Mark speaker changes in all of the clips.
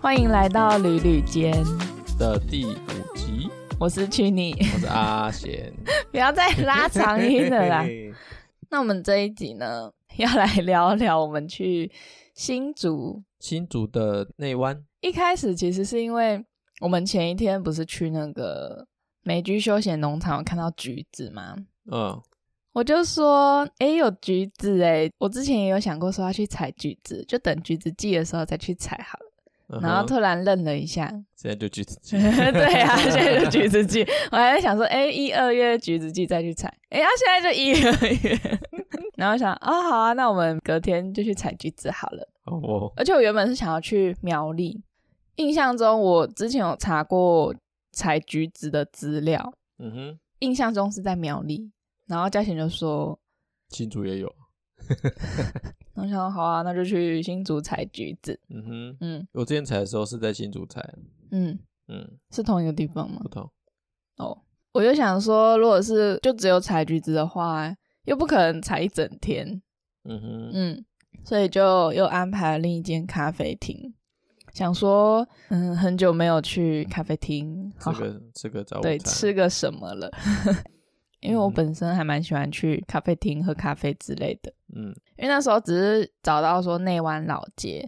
Speaker 1: 欢迎来到旅旅间，
Speaker 2: 的第五集，
Speaker 1: 我是去 你，
Speaker 2: 我是阿贤。
Speaker 1: 不要再拉长音了 啦。那我们这一集呢，要来聊聊我们去新竹。
Speaker 2: 新竹的内湾，
Speaker 1: 一开始其实是因为我们前一天不是去那个美居休闲农场有看到橘子吗？
Speaker 2: 嗯，
Speaker 1: 我就说，诶，有橘子诶，我之前也有想过说要去采橘子，就等橘子季的时候再去采好了。
Speaker 2: 嗯
Speaker 1: 然后
Speaker 2: 哼
Speaker 1: 突然愣了一下，
Speaker 2: 现在就 去自己。
Speaker 1: 对啊，现在就橘子季，我还在想说，哎、一二月橘子季再去采，哎、呀、现在就一二月， 然后想，哦，好啊，那我们隔天就去采橘子好了。
Speaker 2: 好哦，
Speaker 1: 而且我原本是想要去苗栗，印象中我之前有查过采橘子的资料，
Speaker 2: 嗯哼，
Speaker 1: 印象中是在苗栗，然后嘉贤就说，
Speaker 2: 新竹也有，
Speaker 1: 然后想说好啊，那就去新竹采橘子，
Speaker 2: 嗯哼，
Speaker 1: 嗯
Speaker 2: 我之前采的时候是在新竹采，
Speaker 1: 嗯，
Speaker 2: 嗯，
Speaker 1: 是同一个地方吗
Speaker 2: 不？同，
Speaker 1: 哦，我就想说，如果是就只有采橘子的话，又不可能采一整天，
Speaker 2: 嗯哼，
Speaker 1: 嗯，所以就又安排了另一间咖啡厅，想说，嗯，很久没有去咖啡厅，好
Speaker 2: 这
Speaker 1: 好
Speaker 2: 个这个早午
Speaker 1: 对
Speaker 2: 餐，
Speaker 1: 吃个什么了， 因为我
Speaker 2: 嗯
Speaker 1: 本身还蛮喜欢去咖啡厅喝咖啡之类的，
Speaker 2: 嗯
Speaker 1: 因为那时候只是找到说内湾老街，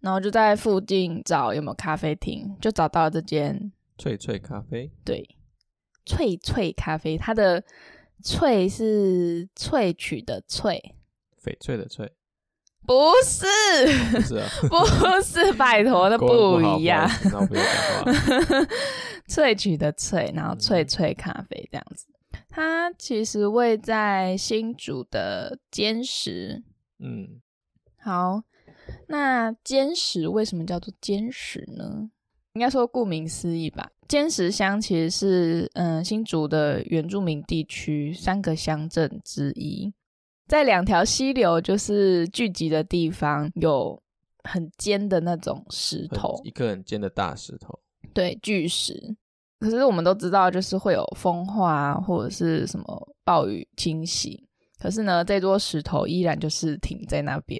Speaker 1: 然后就在附近找有没有咖啡厅，就找到了这间
Speaker 2: 脆脆咖啡，
Speaker 1: 对，脆脆咖啡，它的脆是萃取的萃，
Speaker 2: 翡翠 的翠，
Speaker 1: 不是，
Speaker 2: 不是啊，
Speaker 1: 不是，拜托，那
Speaker 2: 国文好
Speaker 1: 一样。
Speaker 2: 不好意思那我不要讲话，
Speaker 1: 萃取的萃，然后萃萃咖啡这样子。它其实位在新竹的坚石。
Speaker 2: 嗯，
Speaker 1: 好，那坚石为什么叫做坚石呢？应该说顾名思义吧。坚石乡其实是嗯新竹的原住民地区三个乡镇之一，在两条溪流就是聚集的地方，有很尖的那种石
Speaker 2: 很
Speaker 1: 头，
Speaker 2: 一个很尖的大石头，
Speaker 1: 对巨石。可是我们都知道，就是会有风化啊或者是什么暴雨侵袭。可是呢，这座石头依然就是停在那边，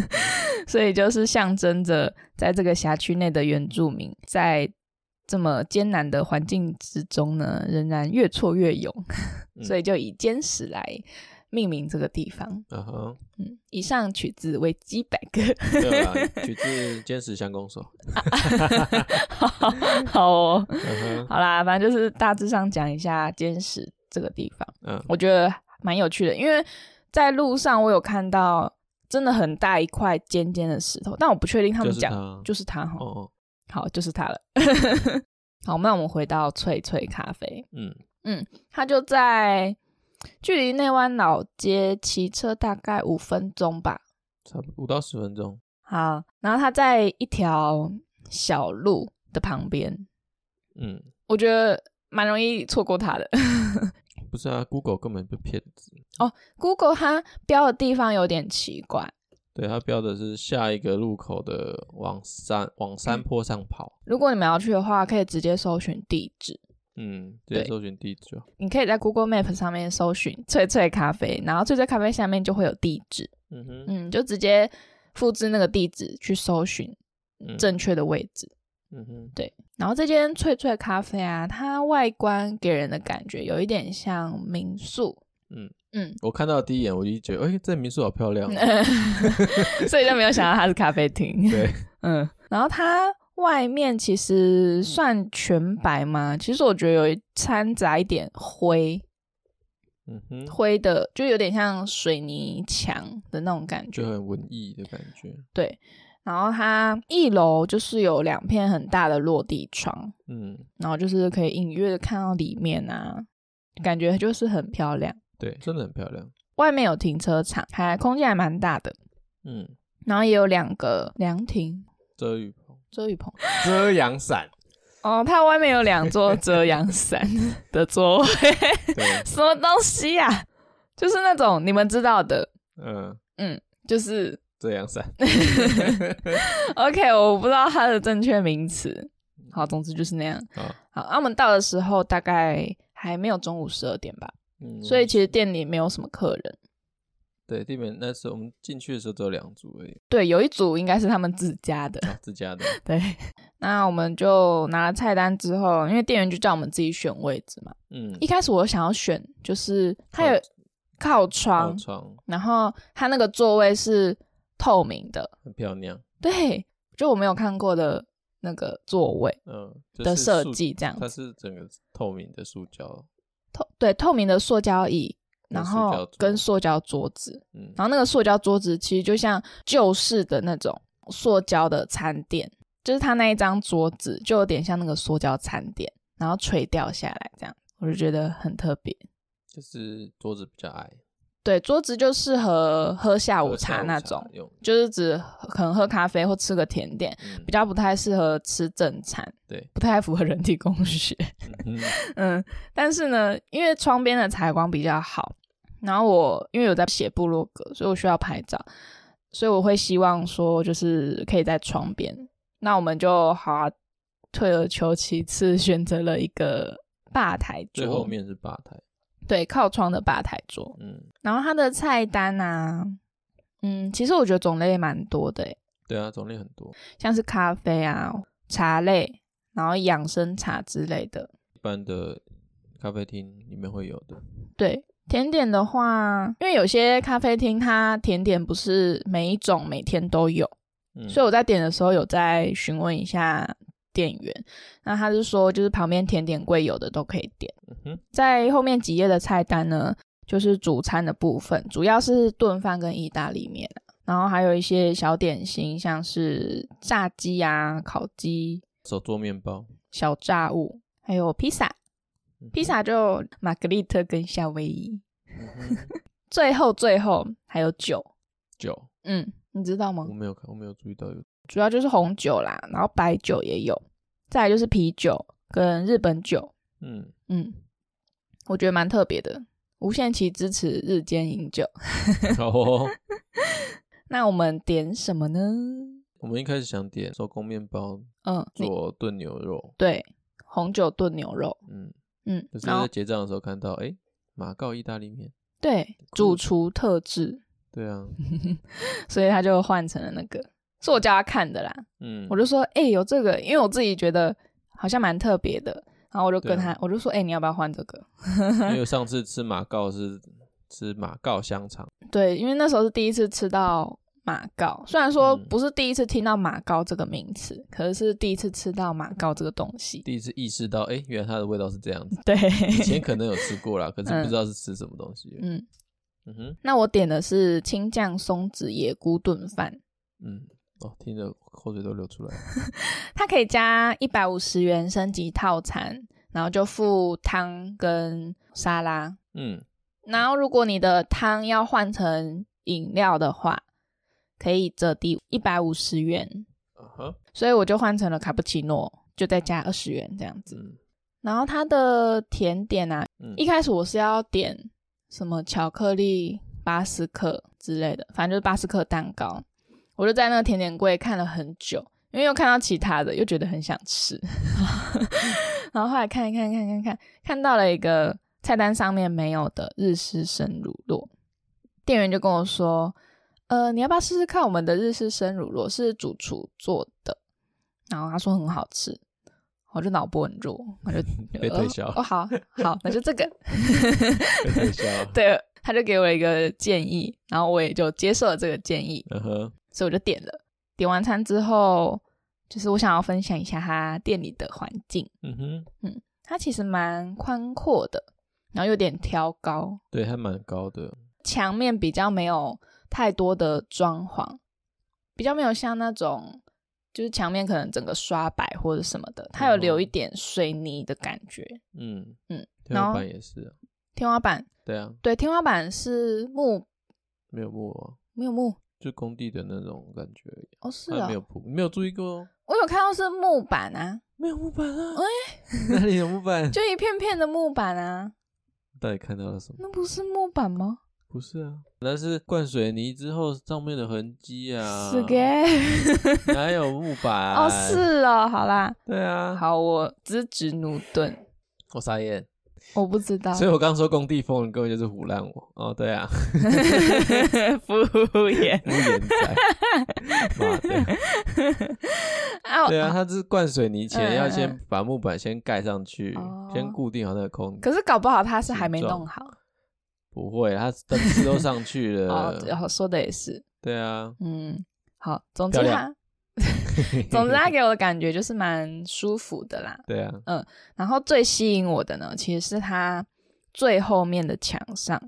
Speaker 1: 所以就是象征着在这个辖区内的原住民，在这么艰难的环境之中呢，仍然越挫越勇，
Speaker 2: 嗯
Speaker 1: 所以就以坚石来命名这个地方。
Speaker 2: 嗯哼，
Speaker 1: 嗯，以上取自维基百科。
Speaker 2: 对啊，取自坚持相公手，
Speaker 1: 好 好哦，
Speaker 2: 嗯哼，
Speaker 1: 好啦，反正就是大致上讲一下坚石这个地方，
Speaker 2: 嗯
Speaker 1: 我觉得蛮有趣的，因为在路上我有看到真的很大一块尖尖的石头，但我不确定他们
Speaker 2: 就是
Speaker 1: 讲
Speaker 2: 它，
Speaker 1: 就是它哈、
Speaker 2: 哦哦，
Speaker 1: 好，就是它了。 好，那我们回到翠翠咖啡，
Speaker 2: 嗯
Speaker 1: 它就在距离内湾老街骑车大概五分钟吧。
Speaker 2: 差不多五到十分钟。
Speaker 1: 好，然后它在一条小路的旁边，
Speaker 2: 嗯，
Speaker 1: 我觉得蛮容易错过它的。
Speaker 2: 不是啊，Google 根本就骗子。
Speaker 1: Google 它标的地方有点奇怪。
Speaker 2: 对，它标的是下一个路口的往山往山坡上跑。
Speaker 1: 如果你们要去的话，可以直接搜寻地址。
Speaker 2: 嗯，直接
Speaker 1: 对
Speaker 2: 搜寻地址就好。
Speaker 1: 你可以在 Google Map 上面搜寻“翠翠咖啡”，然后“翠翠咖啡”下面就会有地址。
Speaker 2: 嗯哼，
Speaker 1: 嗯，就直接复制那个地址去搜寻
Speaker 2: 嗯
Speaker 1: 正确的位置。
Speaker 2: 嗯哼，
Speaker 1: 然后这间翠翠咖啡啊，它外观给人的感觉有一点像民宿，
Speaker 2: 嗯
Speaker 1: 嗯，
Speaker 2: 我看到第一眼我就觉得，哎、这民宿好漂亮哦。
Speaker 1: 所以就没有想到它是咖啡厅。
Speaker 2: 对，
Speaker 1: 嗯，然后它外面其实算全白吗？其实我觉得有一掺杂一点灰
Speaker 2: 嗯哼，
Speaker 1: 灰的，就有点像水泥墙的那种感
Speaker 2: 就
Speaker 1: 觉。
Speaker 2: 很文艺的感觉。
Speaker 1: 对，然后它一楼就是有两片很大的落地窗，
Speaker 2: 嗯，
Speaker 1: 然后就是可以隐约的看到里面啊，感觉就是很漂亮。
Speaker 2: 对，真的很漂亮。
Speaker 1: 外面有停车场，还空间还蛮大的，
Speaker 2: 嗯，
Speaker 1: 然后也有两个凉亭、
Speaker 2: 遮雨棚、
Speaker 1: 遮雨棚。
Speaker 2: 遮阳 伞。
Speaker 1: 哦，它外面有两座遮阳伞的座位，
Speaker 2: 对，
Speaker 1: 什么东西呀、就是那种你们知道的，
Speaker 2: 嗯，
Speaker 1: 就是
Speaker 2: 遮阳伞。
Speaker 1: OK，我不知道它的正确名词。好，总之就是那样。
Speaker 2: 好，
Speaker 1: 好，啊那、我们到的时候大概还没有中午十二点吧，
Speaker 2: 嗯，
Speaker 1: 所以其实店里没有什么客人。
Speaker 2: 对，地面那时候我们进去的时候只有两组而已，
Speaker 1: 对，有一组应该是他们自家的，
Speaker 2: 啊自家的。
Speaker 1: 对。那我们就拿了菜单之后，因为店员就叫我们自己选位置嘛。
Speaker 2: 嗯，
Speaker 1: 一开始我想要选，就是它
Speaker 2: 靠
Speaker 1: 有靠
Speaker 2: 靠
Speaker 1: 窗，
Speaker 2: 窗
Speaker 1: 然后它那个座位是透明的，
Speaker 2: 很漂亮，
Speaker 1: 对，就我没有看过的那个座位
Speaker 2: 嗯，就
Speaker 1: 的
Speaker 2: 是
Speaker 1: 设
Speaker 2: 塑
Speaker 1: 计，这样
Speaker 2: 它是整个透明的塑胶，
Speaker 1: 透对透明的塑胶椅，
Speaker 2: 跟
Speaker 1: 然
Speaker 2: 塑胶
Speaker 1: 后
Speaker 2: 桌
Speaker 1: 跟塑胶桌子，
Speaker 2: 嗯，
Speaker 1: 然后那个塑胶桌子其实就像旧式的那种塑胶的餐垫，就是它那一张桌子就有点像那个塑胶餐垫，然后垂掉下来这样，我就觉得很特别。
Speaker 2: 就是桌子比较矮，
Speaker 1: 对，桌子就适合喝下午
Speaker 2: 喝
Speaker 1: 茶
Speaker 2: 午
Speaker 1: 那种，
Speaker 2: 用，
Speaker 1: 就是只可能喝咖啡或吃个甜点，
Speaker 2: 嗯
Speaker 1: 比较不太适合吃正餐，
Speaker 2: 对，
Speaker 1: 不太符合人体工学。
Speaker 2: 嗯
Speaker 1: 嗯，但是呢，因为窗边的采光比较好，然后我因为有在写部落格，所以我需要拍照，所以我会希望说就是可以在窗边。那我们就好、啊、退而求其次，选择了一个吧台
Speaker 2: 最后
Speaker 1: 桌，
Speaker 2: 面是吧台，
Speaker 1: 对，靠窗的吧台桌。
Speaker 2: 嗯，
Speaker 1: 然后它的菜单啊，嗯，其实我觉得种类蛮多的耶，欸
Speaker 2: 对啊，种类很多，
Speaker 1: 像是咖啡啊、茶类，然后养生茶之类的。
Speaker 2: 一般的咖啡厅里面会有的，
Speaker 1: 对，甜点的话，因为有些咖啡厅它甜点不是每一种每天都有，
Speaker 2: 嗯，
Speaker 1: 所以我在点的时候有在询问一下店员，那他是说就是旁边甜点柜有的都可以点。
Speaker 2: 嗯哼，
Speaker 1: 在后面几页的菜单呢，就是主餐的部分，主要是炖饭跟意大利面啊、然后还有一些小点心，像是炸鸡啊、烤鸡、
Speaker 2: 手做面包，
Speaker 1: 小炸物，还有披萨。
Speaker 2: 嗯
Speaker 1: 披，萨就玛格丽特跟夏威夷。
Speaker 2: 嗯哼
Speaker 1: 最后最后还有酒，
Speaker 2: 酒，
Speaker 1: 嗯，你知道吗
Speaker 2: 我？没有看，我没有注意到有，
Speaker 1: 主要就是红酒啦，然后白酒也有，再来就是啤酒跟日本酒，
Speaker 2: 嗯，
Speaker 1: 嗯，我觉得蛮特别的。无限期支持日间饮酒。
Speaker 2: 好哦。
Speaker 1: 那我们点什么呢？
Speaker 2: 我们一开始想点手工面包
Speaker 1: 嗯，你
Speaker 2: 做炖牛肉，
Speaker 1: 对，红酒炖牛肉，
Speaker 2: 嗯，
Speaker 1: 嗯
Speaker 2: 可，是
Speaker 1: 然后
Speaker 2: 在结账的时候看到，哎，马告意大利面，
Speaker 1: 对主厨特制，
Speaker 2: 对啊，
Speaker 1: 所以他就换成了那个，是我叫他看的啦。
Speaker 2: 嗯，
Speaker 1: 我就说，哎、有这个，因为我自己觉得好像蛮特别的，然后我就跟
Speaker 2: 对
Speaker 1: 他，
Speaker 2: 啊
Speaker 1: 我就说，哎、你要不要换这个？
Speaker 2: 因为上次吃马告是吃马告香肠，
Speaker 1: 对，因为那时候是第一次吃到马告，虽然说
Speaker 2: 嗯
Speaker 1: 不是第一次听到马告这个名词，可是是第一次吃到马告这个东西。
Speaker 2: 第一次意识到，哎，原来它的味道是这样子。
Speaker 1: 对，
Speaker 2: 以前可能有吃过啦，可是不知道是吃什么东西。
Speaker 1: 嗯，
Speaker 2: 嗯哼，
Speaker 1: 那我点的是青酱松子野菇炖饭，
Speaker 2: 嗯，哦，听着口水都流出来了。
Speaker 1: 它可以加一百五十元升级套餐，然后就附汤跟沙拉。
Speaker 2: 嗯，
Speaker 1: 然后如果你的汤要换成饮料的话，可以折抵一百五十元，
Speaker 2: 啊哈，
Speaker 1: 所以我就换成了卡布奇诺，就再加二十元这样子。
Speaker 2: 嗯
Speaker 1: 然后它的甜点啊，
Speaker 2: 嗯
Speaker 1: 一开始我是要点什么巧克力巴斯克之类的，反正就是巴斯克蛋糕。我就在那个甜点柜看了很久，因为又看到其他的，又觉得很想吃。 然后后来看一看看看看，看到了一个菜单上面没有的日式生乳酪，店员就跟我说：“呃，你要不要试试看我们的日式生乳酪是主厨做的？”然后他说很好吃，我就脑波很弱，我就
Speaker 2: 被推销
Speaker 1: 哦哦，好好，那就这个。
Speaker 2: 被推销。啊
Speaker 1: 对，他就给我一个建议，然后我也就接受了这个建议，
Speaker 2: 嗯哼，
Speaker 1: 所以我就点了。点完餐之后，就是我想要分享一下他店里的环境，
Speaker 2: 嗯哼，
Speaker 1: 它其实蛮宽阔的，然后有点挑高，
Speaker 2: 对，还蛮高的。
Speaker 1: 墙面比较没有太多的装潢，比较没有像那种就是墙面可能整个刷白或者什么的，它有留一点水泥的感觉。
Speaker 2: 嗯
Speaker 1: 嗯，
Speaker 2: 天花
Speaker 1: 然后
Speaker 2: 板也是啊。
Speaker 1: 天花板
Speaker 2: 对啊，
Speaker 1: 对，天花板是木，
Speaker 2: 没有木啊，
Speaker 1: 没有木
Speaker 2: 就工地的那种感觉而已。
Speaker 1: 哦，是
Speaker 2: 它
Speaker 1: 哦
Speaker 2: 啊没，有铺，你没有注意过哦？
Speaker 1: 我有看到是木板啊，
Speaker 2: 没有木板 啊？哎，哪里有木 板？
Speaker 1: 就一片片的木板啊，
Speaker 2: 到底看到了什么？
Speaker 1: 那不是木板吗？
Speaker 2: 不是啊，那是灌水泥之后上面的痕迹啊。
Speaker 1: 是给
Speaker 2: 哪有木 板？
Speaker 1: 哦，是哦，好啦，
Speaker 2: 对啊。，
Speaker 1: 好，我资质努顿。
Speaker 2: 我傻眼。
Speaker 1: 我不知道，
Speaker 2: 所以我刚说工地风，你根本就是胡乱我。哦，对啊，
Speaker 1: 敷衍
Speaker 2: 污言 仔，妈的，
Speaker 1: 啊
Speaker 2: 对啊，他是灌水泥前要
Speaker 1: 嗯
Speaker 2: 先把木板先盖上去
Speaker 1: 哦，
Speaker 2: 先固定好那个空间。
Speaker 1: 可是搞不好他是还没弄好
Speaker 2: 不会，他灯丝都 上去
Speaker 1: 哦，
Speaker 2: 了。
Speaker 1: 然后说的也是，
Speaker 2: 对啊，
Speaker 1: 嗯，好，总之
Speaker 2: 漂
Speaker 1: 他
Speaker 2: 亮，
Speaker 1: 总之他给我的感觉就是蛮舒服的啦。
Speaker 2: 对啊，
Speaker 1: 然后最吸引我的呢，其实是他最后面的墙上，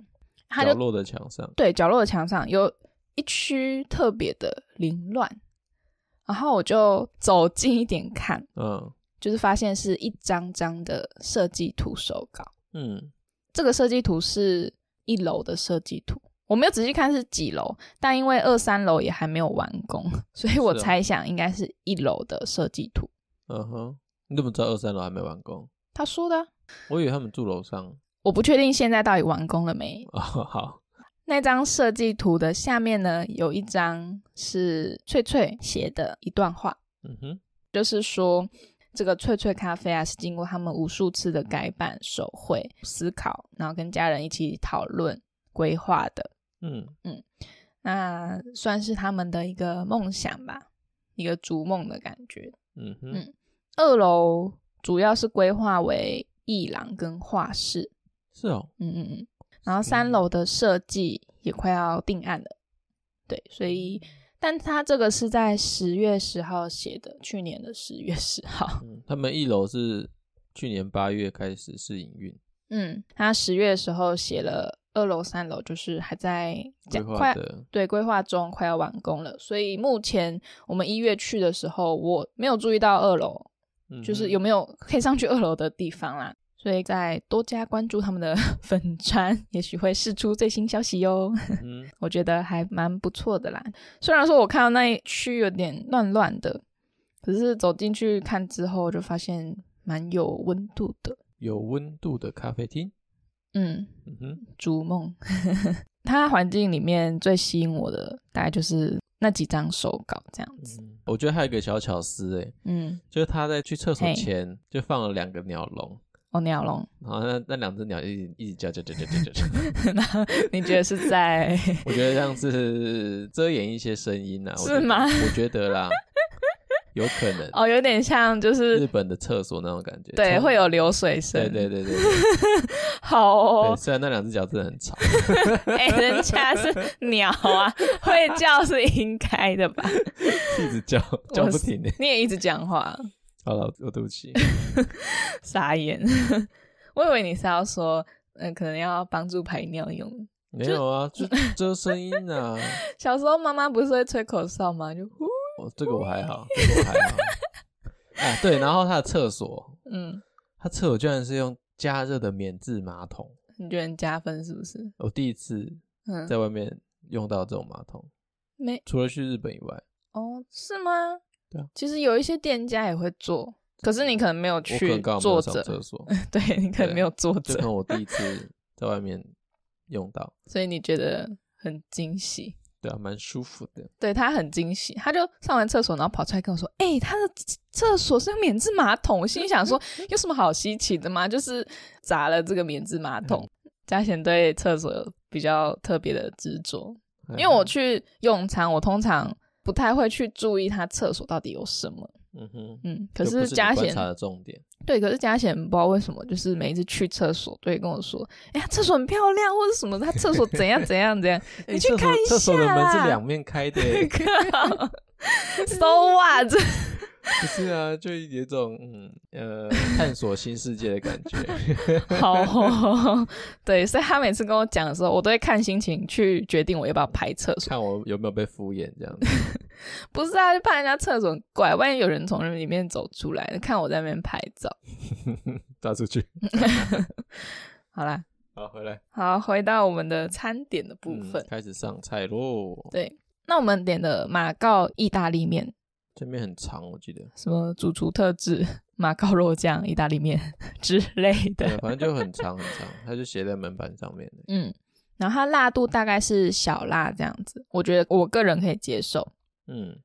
Speaker 1: 他
Speaker 2: 角
Speaker 1: 就
Speaker 2: 落的墙上，
Speaker 1: 对角落的墙上有一区特别的凌乱，然后我就走近一点看，
Speaker 2: 嗯
Speaker 1: 就是发现是一张张的设计图手稿。
Speaker 2: 嗯，
Speaker 1: 这个设计图是一楼的设计图，我没有仔细看是几楼，但因为二三楼也还没有完工，所以我
Speaker 2: 是哦
Speaker 1: 猜想应该是一楼的设计图。
Speaker 2: 嗯哼，你怎么知道二三楼还没完工？
Speaker 1: 他说的啊，
Speaker 2: 我以为他们住楼上。
Speaker 1: 我不确定现在到底完工了没。
Speaker 2: 哦，好，
Speaker 1: 那张设计图的下面呢，有一张是翠翠写的一段话，
Speaker 2: 嗯哼，
Speaker 1: 就是说这个翠翠咖啡啊，是经过他们无数次的改版、手绘、思考，然后跟家人一起讨论规划的。
Speaker 2: 嗯
Speaker 1: 那算是他们的一个梦想吧，一个逐梦的感觉。
Speaker 2: 嗯哼，
Speaker 1: 嗯二楼主要是规划为艺廊跟画室，
Speaker 2: 是哦，
Speaker 1: 嗯嗯嗯，然后三楼的设计也快要定案了，对，所以，但他这个是在十月十号写的，去年的十月十号，
Speaker 2: 嗯，他们一楼是去年八月开始试营运，
Speaker 1: 嗯，他十月的时候写了二楼、三楼，就是还在
Speaker 2: 规
Speaker 1: 讲
Speaker 2: 划
Speaker 1: 快
Speaker 2: 的，
Speaker 1: 对，规划中快要完工了，所以目前我们一月去的时候，我没有注意到二楼，
Speaker 2: 嗯
Speaker 1: 就是
Speaker 2: 哼
Speaker 1: 有没有可以上去二楼的地方啦。所以再多加关注他们的 粉砖，也许会释出最新消息哟。
Speaker 2: 嗯
Speaker 1: 我觉得还蛮不错的啦。虽然说我看到那一区有点乱乱的，可是走进去看之后，就发现蛮有温度的。
Speaker 2: 有温度的咖啡厅，
Speaker 1: 嗯，
Speaker 2: 嗯哼，
Speaker 1: 逐梦。 它环境里面最吸引我的，大概就是那几张手稿这样子。
Speaker 2: 嗯我觉得还有一个小巧思诶，
Speaker 1: 嗯，
Speaker 2: 就是他在去厕所
Speaker 1: 嘿
Speaker 2: 前就放了两个鸟笼，
Speaker 1: 哦，鸟笼，
Speaker 2: 然后那那两只鸟一直一直叫叫叫叫叫叫叫，
Speaker 1: 那你觉得是 在？
Speaker 2: 我觉得像是遮掩一些声音呐、啊，我
Speaker 1: 是
Speaker 2: 觉得
Speaker 1: 吗
Speaker 2: 我觉 得啦，有可能
Speaker 1: 哦，有点像就
Speaker 2: 日
Speaker 1: 是
Speaker 2: 本的厕所那种感觉，
Speaker 1: 对，
Speaker 2: 从
Speaker 1: 会有流水声。
Speaker 2: 对对对对对
Speaker 1: 好
Speaker 2: 对，
Speaker 1: 哦，
Speaker 2: 虽然那两只脚真的 很吵，
Speaker 1: 哎、人家是 鸟啊，会叫是应该的吧？
Speaker 2: 一直叫叫不停诶。
Speaker 1: 你也一直讲话，
Speaker 2: 好了，我对 不起。
Speaker 1: 傻眼。 我以为你是要说，嗯、可能要帮助排尿用。
Speaker 2: 没有啊， 就遮声音啊。
Speaker 1: 小时候妈妈不是会吹口哨吗？就呼，
Speaker 2: 哦，这个我还好，这个我还 好。啊，对，然后他的厕所，
Speaker 1: 嗯，
Speaker 2: 他厕所居然是用加热的免治马桶，
Speaker 1: 你觉得你加分是不是？
Speaker 2: 我第一次
Speaker 1: 嗯，
Speaker 2: 在外面用到这种马桶，
Speaker 1: 没
Speaker 2: 除了去日本以外，
Speaker 1: 哦，是吗？
Speaker 2: 对啊，
Speaker 1: 其实有一些店家也会做，可是你可能没有
Speaker 2: 我可
Speaker 1: 去
Speaker 2: 能刚好没
Speaker 1: 坐
Speaker 2: 有上
Speaker 1: 着，
Speaker 2: 厕所，
Speaker 1: 对你可能
Speaker 2: 对
Speaker 1: 没有坐
Speaker 2: 就可
Speaker 1: 着，
Speaker 2: 能我第一次在外面用到，
Speaker 1: 所以你觉得很惊喜。
Speaker 2: 对啊，蛮舒服的。
Speaker 1: 对他很惊喜，他就上完厕所，然后跑出来跟我说：“哎、他的厕所是用免治马桶。”我心里想说，有什么好稀奇的吗？就是砸了这个免治马桶。
Speaker 2: 嗯
Speaker 1: 嘉贤对厕所有比较特别的执着，因为
Speaker 2: 嗯
Speaker 1: 我去用餐，我通常不太会去注意他厕所到底有什么。
Speaker 2: 嗯哼，
Speaker 1: 嗯，可
Speaker 2: 就不
Speaker 1: 是
Speaker 2: 是你
Speaker 1: 嘉
Speaker 2: 观
Speaker 1: 贤
Speaker 2: 察的重点，
Speaker 1: 对，可是嘉贤不知道为什么，就是每一次去厕所都会跟我说：“哎呀，厕所很漂亮，或者什么，他厕所怎样怎样怎样。
Speaker 2: 哎
Speaker 1: 你去
Speaker 2: 厕所
Speaker 1: 看一
Speaker 2: 厕所的
Speaker 1: 下
Speaker 2: 门是
Speaker 1: 啦
Speaker 2: 两面开的 欸耶”
Speaker 1: 靠，so what？
Speaker 2: 不是啊，就有一种嗯呃探索新世界的感觉。
Speaker 1: 好、哦，对，所以他每次跟我讲的时候，我都会看心情去决定我要不要排厕所。
Speaker 2: 看我有没有被敷衍这样子。
Speaker 1: 不是啊，就怕人家厕所很怪，万一有人从里面走出来，看我在那边拍照。
Speaker 2: 抓出去。
Speaker 1: 好啦，
Speaker 2: 好，回来
Speaker 1: 好，回到我们的餐点的部分。
Speaker 2: 嗯开始上菜喽。
Speaker 1: 对，那我们点的马告意大利面，
Speaker 2: 这面很长，我记得，
Speaker 1: 什么主厨特制马告肉酱意大利面 之类
Speaker 2: 对，
Speaker 1: 的。
Speaker 2: 反正就很长很长，它就写在门板上面的。
Speaker 1: 嗯，然后它辣度大概是小辣这样子，我觉得我个人可以接受。
Speaker 2: 嗯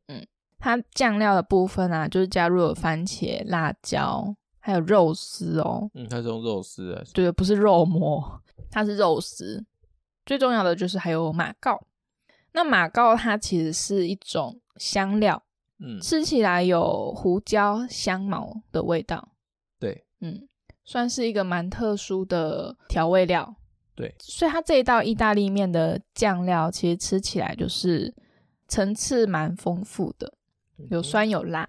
Speaker 1: 它酱料的部分啊，就是加入了番茄、辣椒，还有肉丝哦，
Speaker 2: 嗯，它是用肉丝来
Speaker 1: 对，不是肉末，它是肉丝。最重要的就是还有马告，那马告它其实是一种香料，
Speaker 2: 嗯，
Speaker 1: 吃起来有胡椒、香茅的味道。
Speaker 2: 对，
Speaker 1: 嗯，算是一个蛮特殊的调味料。
Speaker 2: 对，
Speaker 1: 所以它这一道意大利面的酱料，其实吃起来就是层次蛮丰富的，有酸有辣，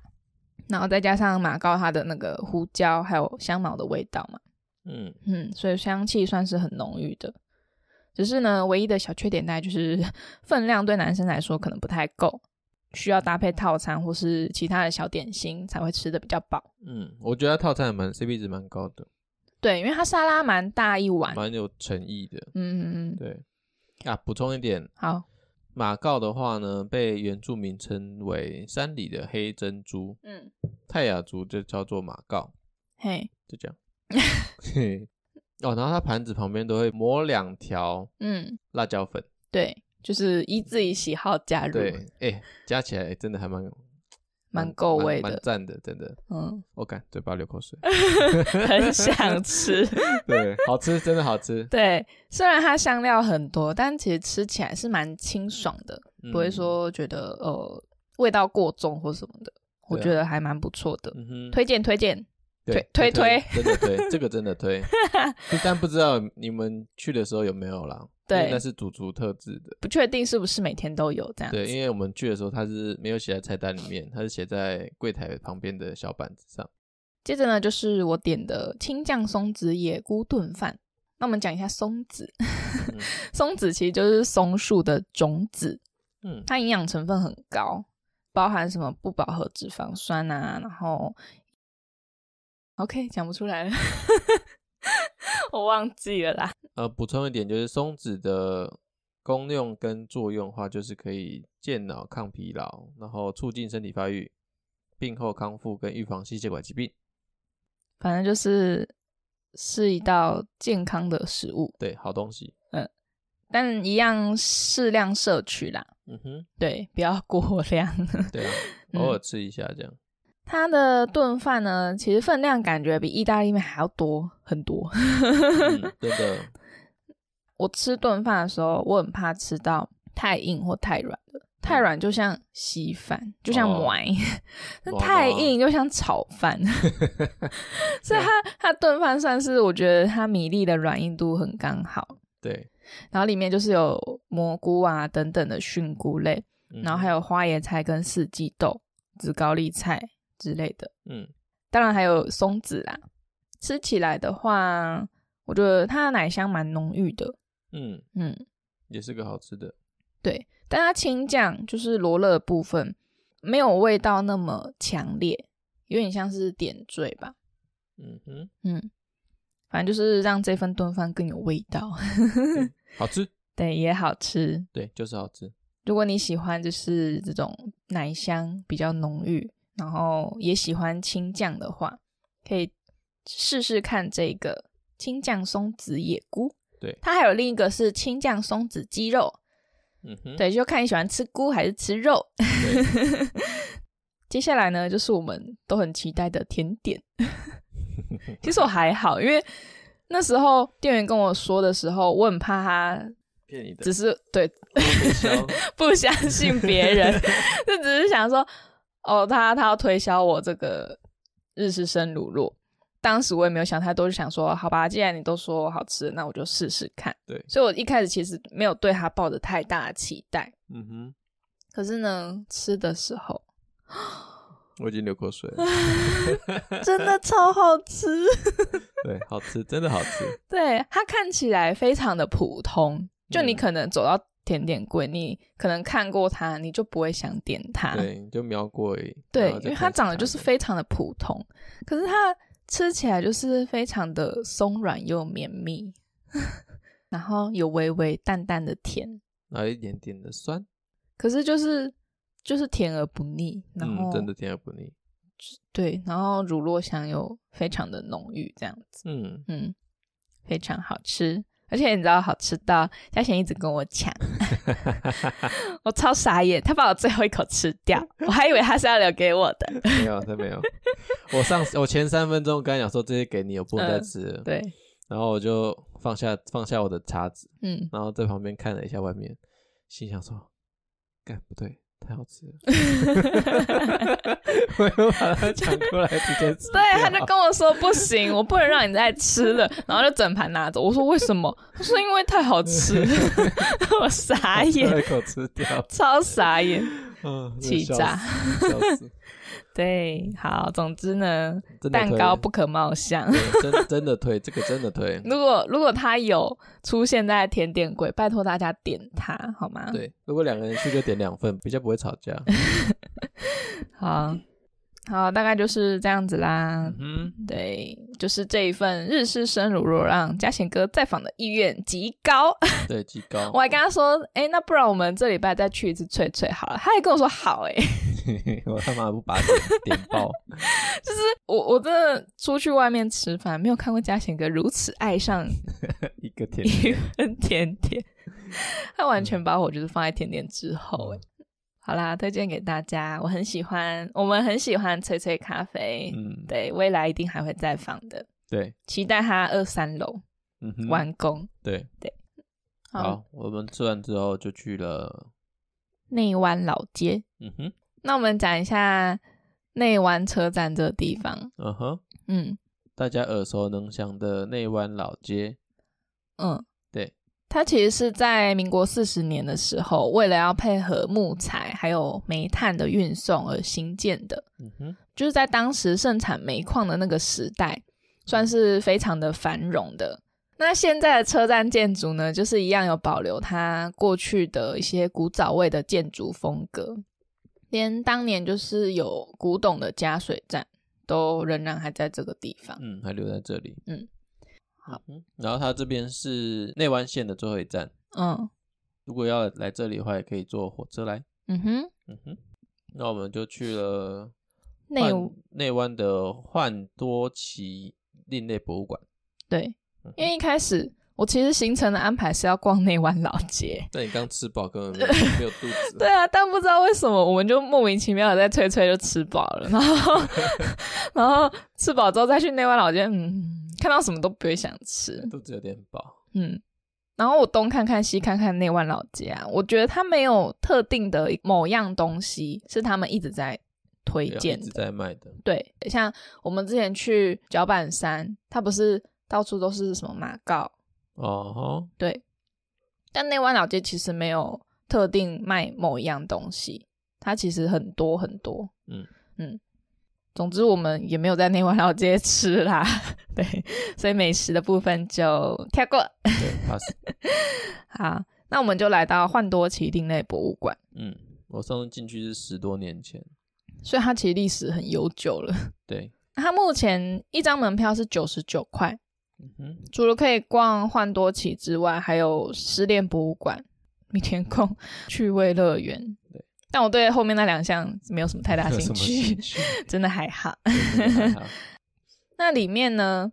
Speaker 1: 然后再加上马告它的那个胡椒还有香茅的味道嘛，
Speaker 2: 嗯，
Speaker 1: 嗯，所以香气算是很浓郁的。只是呢，唯一的小缺点大概就是 分量对男生来说可能不太够，需要搭配套餐或是其他的小点心才会吃的比较饱。
Speaker 2: 嗯，我觉得它套餐还蛮 CP 值蛮高的，
Speaker 1: 对，因为它沙拉蛮大一碗，
Speaker 2: 蛮有诚意的。
Speaker 1: 嗯嗯嗯，
Speaker 2: 对啊，补充一点，
Speaker 1: 好，
Speaker 2: 马告的话呢，被原住民称为山里的黑珍珠，
Speaker 1: 嗯，
Speaker 2: 泰雅族就叫做马告，
Speaker 1: 嘿，
Speaker 2: 就这样。嘿 哦，然后它盘子旁边都会抹两条
Speaker 1: 嗯，
Speaker 2: 辣椒粉，
Speaker 1: 对，就是依自己喜好加入，
Speaker 2: 对，哎、加起来真的还蛮
Speaker 1: 蛮够味
Speaker 2: 蛮
Speaker 1: 的
Speaker 2: 蛮，赞的，真的。
Speaker 1: 嗯，
Speaker 2: 我感嘴巴流口水，
Speaker 1: 很想吃。
Speaker 2: 对，好吃，真的好吃，
Speaker 1: 对，虽然它香料很多，但其实吃起来是蛮清爽的，
Speaker 2: 嗯
Speaker 1: 不会，说觉得呃味道过重或什么的，我
Speaker 2: 对啊
Speaker 1: 觉得还蛮不错的，
Speaker 2: 嗯哼，
Speaker 1: 推荐推 荐。
Speaker 2: 对
Speaker 1: 推推
Speaker 2: 推，真的推，这个真 的推。就但不知道你们去的时候有没有啦？因为
Speaker 1: 对
Speaker 2: 那是主厨特制的。
Speaker 1: 不确定是不是每天都有这样子，
Speaker 2: 对，因为我们去的时候，它是没有写在菜单里面，它是写在柜台旁边的小板子 上。
Speaker 1: 接着呢，就是我点的青酱松子野菇炖饭。那我们讲一下松子，
Speaker 2: 嗯
Speaker 1: 松子其实就是松树的种子，
Speaker 2: 嗯
Speaker 1: 它营养成分很高，包含什么不饱和脂肪酸啊，然后，OK 讲不出来了， 我忘记了啦。
Speaker 2: 呃，补充一点就是松子的功用跟作用的话，就是可以健脑、抗疲劳，然后促进身体发育、病后康复跟预防心血管疾病。
Speaker 1: 反正就是是一道健康的食物，
Speaker 2: 对，好东西。
Speaker 1: 但一样适量摄取啦，
Speaker 2: 嗯哼，
Speaker 1: 对，不要过量。
Speaker 2: 对啊，
Speaker 1: 嗯
Speaker 2: 偶尔吃一下 这样。
Speaker 1: 它的炖饭呢，其实分量感觉比意大利面还要多很多。
Speaker 2: 嗯，真的，
Speaker 1: 我吃炖饭的时候，我很怕吃到太硬或太软的，太软就像稀饭，就像
Speaker 2: 嗯哦
Speaker 1: 糜； 那、
Speaker 2: 懂
Speaker 1: 太
Speaker 2: 懂
Speaker 1: 硬就像炒 饭。 所以它它炖饭算是我觉得它米粒的软硬度很刚好，
Speaker 2: 对。
Speaker 1: 然后里面就是有蘑菇啊等等的菌菇类，
Speaker 2: 嗯
Speaker 1: 然后还有花椰菜跟四季豆、紫高丽菜之类的。
Speaker 2: 嗯，
Speaker 1: 当然还有松子啦。吃起来的话，我觉得它的奶香蛮浓郁的，
Speaker 2: 嗯，
Speaker 1: 嗯，
Speaker 2: 也是个好吃的。
Speaker 1: 对。但它青酱就是罗勒的部分，没有味道那么强烈，有点像是点缀吧，
Speaker 2: 嗯 哼，
Speaker 1: 嗯。反正就是让这份炖饭更有味道，
Speaker 2: 好吃，
Speaker 1: 对，也好吃。
Speaker 2: 对，就是好吃。
Speaker 1: 如果你喜欢就是这种奶香比较浓郁，然后也喜欢青酱的话，可以试试看这个青酱松子野菇。
Speaker 2: 对
Speaker 1: 它还有另一个是青酱松子鸡肉，
Speaker 2: 嗯哼，
Speaker 1: 对，就看你喜欢吃菇还是吃肉。
Speaker 2: 对，
Speaker 1: 接下来呢，就是我们都很期待的甜点。 其实我还好，因为那时候店员跟我说的时候，我很怕他
Speaker 2: 骗你的
Speaker 1: 只是对
Speaker 2: 推销。
Speaker 1: 不相信别人，就只是想说，哦，他他要推销我这个日式生乳酪。当时我也没有想太多，就想说，好吧，既然你都说好吃，那我就试试看。
Speaker 2: 对
Speaker 1: 所以我一开始其实没有对他抱着太大的期待。
Speaker 2: 嗯哼，
Speaker 1: 可是呢，吃的时 候
Speaker 2: 我已经流口水了。
Speaker 1: 真的超好吃。
Speaker 2: 对，好吃，真的 好吃。
Speaker 1: 对，它看起来非常的普通，就你
Speaker 2: 嗯
Speaker 1: 可能走到甜点柜，你可能看过它，你就不会想点它。
Speaker 2: 对，你就瞄过而已。
Speaker 1: 啊对
Speaker 2: 然后，再
Speaker 1: 因为它
Speaker 2: 看
Speaker 1: 长得
Speaker 2: 其
Speaker 1: 就
Speaker 2: 他
Speaker 1: 是非常的普通，可是它吃起来就是非常的松软又绵密， 然后有微微淡淡的甜，
Speaker 2: 然后一点点的酸，
Speaker 1: 可是就是就是甜而不腻，然后、
Speaker 2: 嗯，真的甜而不腻。
Speaker 1: 对，然后乳酪香又非常的浓郁，这样子，
Speaker 2: 嗯，
Speaker 1: 嗯，非常好吃。而且你知道好吃到嘉贤一直跟我 抢，我超傻眼，他把我最后一口吃掉，我还以为他是要留给我的。
Speaker 2: 没有，他没有。我上我前三分钟跟他讲说这些给你，我不能再吃了。
Speaker 1: 呃对，
Speaker 2: 然后我就放下放下我的叉子，
Speaker 1: 嗯，
Speaker 2: 然后在旁边看了一下外面，心想说：“干不对，太好吃了！” 我又把它抢过来直接吃掉。
Speaker 1: 对，他就跟我说不行，我不能让你再吃了，然后就整盘拿走。我说为什么？他说因为太好吃哎了， 我傻
Speaker 2: 最后
Speaker 1: 眼，
Speaker 2: 一口吃掉，
Speaker 1: 超傻眼。
Speaker 2: 嗯，
Speaker 1: 气炸
Speaker 2: 真的笑死，笑 死
Speaker 1: 对，好，总之呢，
Speaker 2: 真的
Speaker 1: 蛋
Speaker 2: 推
Speaker 1: 糕不可貌相。
Speaker 2: 对真真的推这个真的推，
Speaker 1: 如果如果他有出现在甜点柜，拜托大家点它好吗？，
Speaker 2: 对，如果两个人去就点两份，比较不会吵架。
Speaker 1: 好，好，大概就是这样子啦。
Speaker 2: 嗯，
Speaker 1: 对，就是这一份日式生乳酪让嘉贤哥在访的意愿极高，
Speaker 2: 对，极高
Speaker 1: 我。还跟他说，哎、那不然我们这礼拜再去一次翠翠好了。他还跟我说好、诶 哎，
Speaker 2: 我他妈不把点点爆，
Speaker 1: 我我真的出去外面吃饭，没有看过嘉贤哥如此爱上
Speaker 2: 一个甜嗯
Speaker 1: 一份 甜点，他完全把我就是放在甜点之后、哎、好啦，推荐给大家，我很喜欢，我们很喜欢翠翠咖啡，
Speaker 2: 嗯，
Speaker 1: 对，未来一定还会再访的，
Speaker 2: 对，
Speaker 1: 期待它二三楼
Speaker 2: 嗯哼，
Speaker 1: 完工。
Speaker 2: 对，
Speaker 1: 好，
Speaker 2: 好，我们吃完之后就去了，
Speaker 1: 内湾老街，
Speaker 2: 嗯哼，
Speaker 1: 那我们讲一下内湾车站这个地方。
Speaker 2: 嗯哼，
Speaker 1: 嗯
Speaker 2: 大家耳熟能详的内湾老街，
Speaker 1: 嗯，
Speaker 2: 对，
Speaker 1: 它其实是在民国四十年的时候，为了要配合木材还有煤炭的运送而兴建的。
Speaker 2: 嗯哼，
Speaker 1: 就是在当时盛产煤矿的那个时代，
Speaker 2: 嗯
Speaker 1: 算是非常的繁荣的。那现在的车站建筑呢，就是一样有保留它过去的一些古早味的建筑风格，连当年就是有古董的加水站都仍然还在这个地方。
Speaker 2: 嗯，还留在这里，
Speaker 1: 嗯，
Speaker 2: 好，然后它这边是内湾线的最后一站，
Speaker 1: 嗯
Speaker 2: 如果要来这里的话，也可以坐火车来，
Speaker 1: 嗯哼，
Speaker 2: 嗯哼，那我们就去了
Speaker 1: 内
Speaker 2: 换内湾的幻多奇另类博物馆，
Speaker 1: 对
Speaker 2: 嗯哼，
Speaker 1: 因为一开始我其实行程的安排是要逛内湾老街，
Speaker 2: 但你刚吃饱，根本没有没有肚 子，
Speaker 1: 对，啊，但不知道为什么，我们就莫名其妙的在翠翠就吃饱了，然后然后吃饱之后再去内湾老街，嗯，看到什么都不会想吃，
Speaker 2: 肚子有点饱，
Speaker 1: 嗯。然后我东看看西看看内湾老街啊，我觉得它没有特定的某样东西是他们一直在推
Speaker 2: 对啊一
Speaker 1: 荐
Speaker 2: 直
Speaker 1: 的。
Speaker 2: 在卖的，
Speaker 1: 对，像我们之前去脚板山，它不是到处都是什么马告，
Speaker 2: 哦吼，
Speaker 1: 对，但内湾老街其实没有特定卖某一样东西，它其实很多很多。
Speaker 2: 嗯
Speaker 1: 嗯，总之我们也没有在内湾老街吃啦， 对，所以美食的部分就跳过。
Speaker 2: 对，pass，
Speaker 1: 好，那我们就来到幻多奇另类博物馆，
Speaker 2: 嗯，我上次进去是十多年前，
Speaker 1: 所以它其实历史很悠久了。
Speaker 2: 对，
Speaker 1: 它目前一张门票是九十九块，
Speaker 2: 嗯哼，
Speaker 1: 除了可以逛幻多奇之外，还有失恋博物馆、米田共、趣味乐园。
Speaker 2: 对，
Speaker 1: 但我对后面那两项没有什么太大
Speaker 2: 有
Speaker 1: 兴
Speaker 2: 什么
Speaker 1: 趣
Speaker 2: 兴，趣？
Speaker 1: 真的还好。
Speaker 2: 真的还好
Speaker 1: 那里面呢，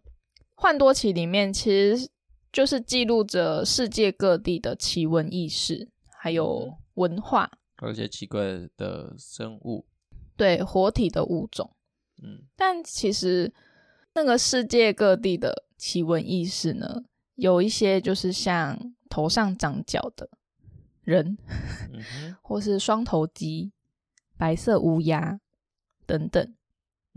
Speaker 1: 幻多奇里面其实就是记录着世界各地的奇闻异事，还
Speaker 2: 嗯
Speaker 1: 有文化，
Speaker 2: 而且奇怪的生物，
Speaker 1: 对活体的物种。
Speaker 2: 嗯，
Speaker 1: 但其实那个世界各地的奇闻异事呢，有一些就是像头上长角的人，
Speaker 2: 嗯哼，
Speaker 1: 或是双头鸡、白色乌鸦等等。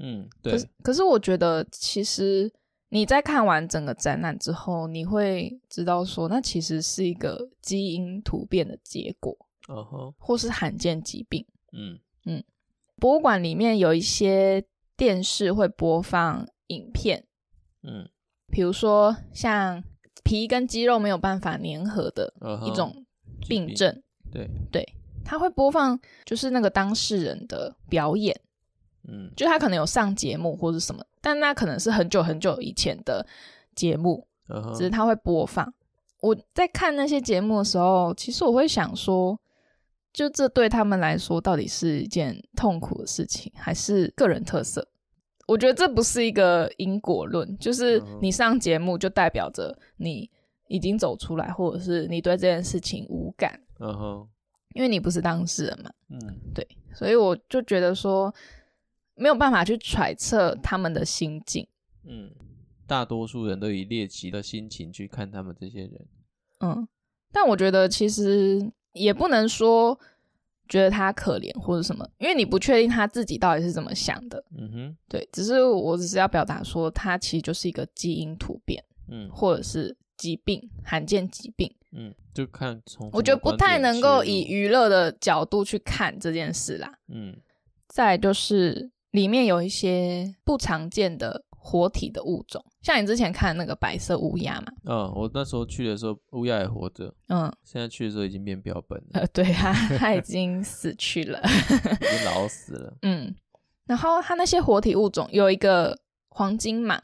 Speaker 2: 嗯，
Speaker 1: 可
Speaker 2: 对
Speaker 1: 是，，可是我觉得其实你在看完整个展览之后，你会知道说，那其实是一个基因突变的结果，
Speaker 2: 哦吼，
Speaker 1: 或是罕见疾病。
Speaker 2: 嗯，
Speaker 1: 博物馆里面有一些电视会播放影片，
Speaker 2: 嗯，
Speaker 1: 比如说像皮跟肌肉没有办法粘合的
Speaker 2: 嗯哼
Speaker 1: 一种
Speaker 2: 疾
Speaker 1: 病症，
Speaker 2: 对，
Speaker 1: 他会播放就是那个当事人的表演，
Speaker 2: 嗯，
Speaker 1: 就他可能有上节目或者什么，但那可能是很久很久以前的节目，
Speaker 2: 嗯
Speaker 1: 只是
Speaker 2: 哼，
Speaker 1: 他会播放。我在看那些节目的时候，其实我会想说，就这对他们来说到底是一件痛苦的事情，还是个人特色？我觉得这不是一个因果论，就是
Speaker 2: 嗯
Speaker 1: 你上节目就代表着你已经走出来，或者是你对这件事情无感，
Speaker 2: 嗯哼，
Speaker 1: 因为你不是当事人嘛。
Speaker 2: 嗯，
Speaker 1: 对，所以我就觉得说没有办法去揣测他们的心境。
Speaker 2: 嗯，大多数人都以猎奇的心情去看他们这些人，
Speaker 1: 嗯，但我觉得其实也不能说觉得他可怜或者什么，因为你不确定他自己到底是怎么想的。
Speaker 2: 嗯哼，
Speaker 1: 对，只是我只是要表达说，他其实就是一个基因突变
Speaker 2: 嗯
Speaker 1: 或者是疾病，罕见疾病。
Speaker 2: 嗯，就看从
Speaker 1: 我觉得
Speaker 2: 什么
Speaker 1: 不太
Speaker 2: 观点
Speaker 1: 能够
Speaker 2: 切入
Speaker 1: 以娱乐的角度去看这件事啦。
Speaker 2: 嗯
Speaker 1: 再来就是里面有一些不常见的活体的物种，像你之前看那个白色乌鸦嘛，
Speaker 2: 啊，我那时候去的时候乌鸦还活着，
Speaker 1: 嗯，
Speaker 2: 现在去的时候已经变标本了，
Speaker 1: 呃，对啊， 它已经死去了。
Speaker 2: 已经老死了，
Speaker 1: 嗯，然后它那些活体物种有一个黄金蟒、